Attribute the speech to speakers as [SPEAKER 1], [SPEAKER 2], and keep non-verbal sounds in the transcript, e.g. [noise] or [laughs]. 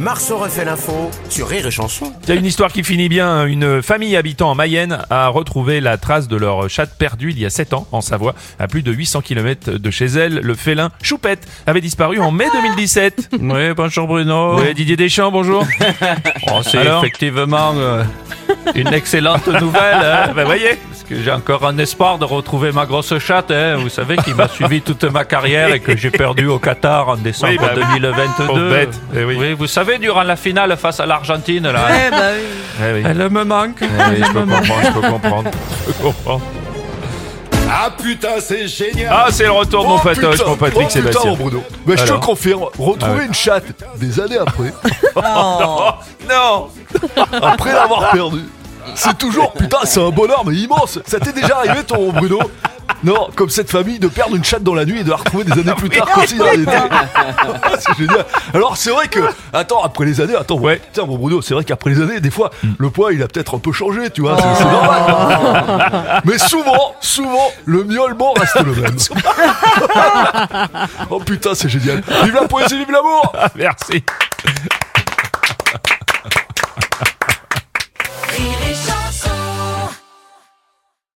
[SPEAKER 1] Marceau refait l'info sur Rire et Chanson.
[SPEAKER 2] Il y a une histoire qui finit bien. Une famille habitant en Mayenne a retrouvé la trace de leur chatte perdue il y a 7 ans en Savoie, à plus de 800 km de chez elle. Le félin Choupette avait disparu en mai 2017.
[SPEAKER 3] [laughs] Oui, bonjour Bruno.
[SPEAKER 2] Ouais, Didier Deschamps, bonjour.
[SPEAKER 3] [laughs] Oh, c'est
[SPEAKER 2] Alors
[SPEAKER 3] effectivement euh, une excellente nouvelle.
[SPEAKER 2] [laughs]
[SPEAKER 3] hein.
[SPEAKER 2] Bah voyez,
[SPEAKER 3] Parce que j'ai encore un espoir de retrouver ma grosse chatte, hein. vous savez, qui m'a suivi toute ma carrière et que j'ai perdu au Qatar en décembre
[SPEAKER 2] Oui, bah oui. Pauvre
[SPEAKER 3] 2022.
[SPEAKER 2] bête, eh oui.
[SPEAKER 3] vous savez, durant la finale face à l'Argentine, là, hein, elle me manque.
[SPEAKER 2] je peux comprendre, je peux comprendre. Je peux comprendre.
[SPEAKER 4] Ah putain, c'est génial
[SPEAKER 2] Ah, c'est le retour de mon patoche,
[SPEAKER 4] putain,
[SPEAKER 2] mon Patrick
[SPEAKER 4] oh,
[SPEAKER 2] Sébastien.
[SPEAKER 4] Putain, mon Bruno. Bah, je te
[SPEAKER 2] Alors
[SPEAKER 4] confirme, retrouver une chatte des années après,
[SPEAKER 2] Non
[SPEAKER 4] après l'avoir perdue, c'est toujours putain, c'est un bonheur mais immense. Ça t'est déjà arrivé, ton Bruno Non, comme cette famille de perdre une chatte dans la nuit et de la retrouver des années plus tard, comme si de rien n'était. Ah, c'est génial. Alors c'est vrai que, attends, après les années, attends,
[SPEAKER 2] Ouais.
[SPEAKER 4] putain, mon Bruno, c'est vrai qu'après les années, des fois, le poids il a peut-être un peu changé, tu vois, c'est- c'est normal. Mais souvent, souvent, le miaulement reste le même. oh putain, c'est génial. Vive la poésie, vive l'amour
[SPEAKER 2] Merci.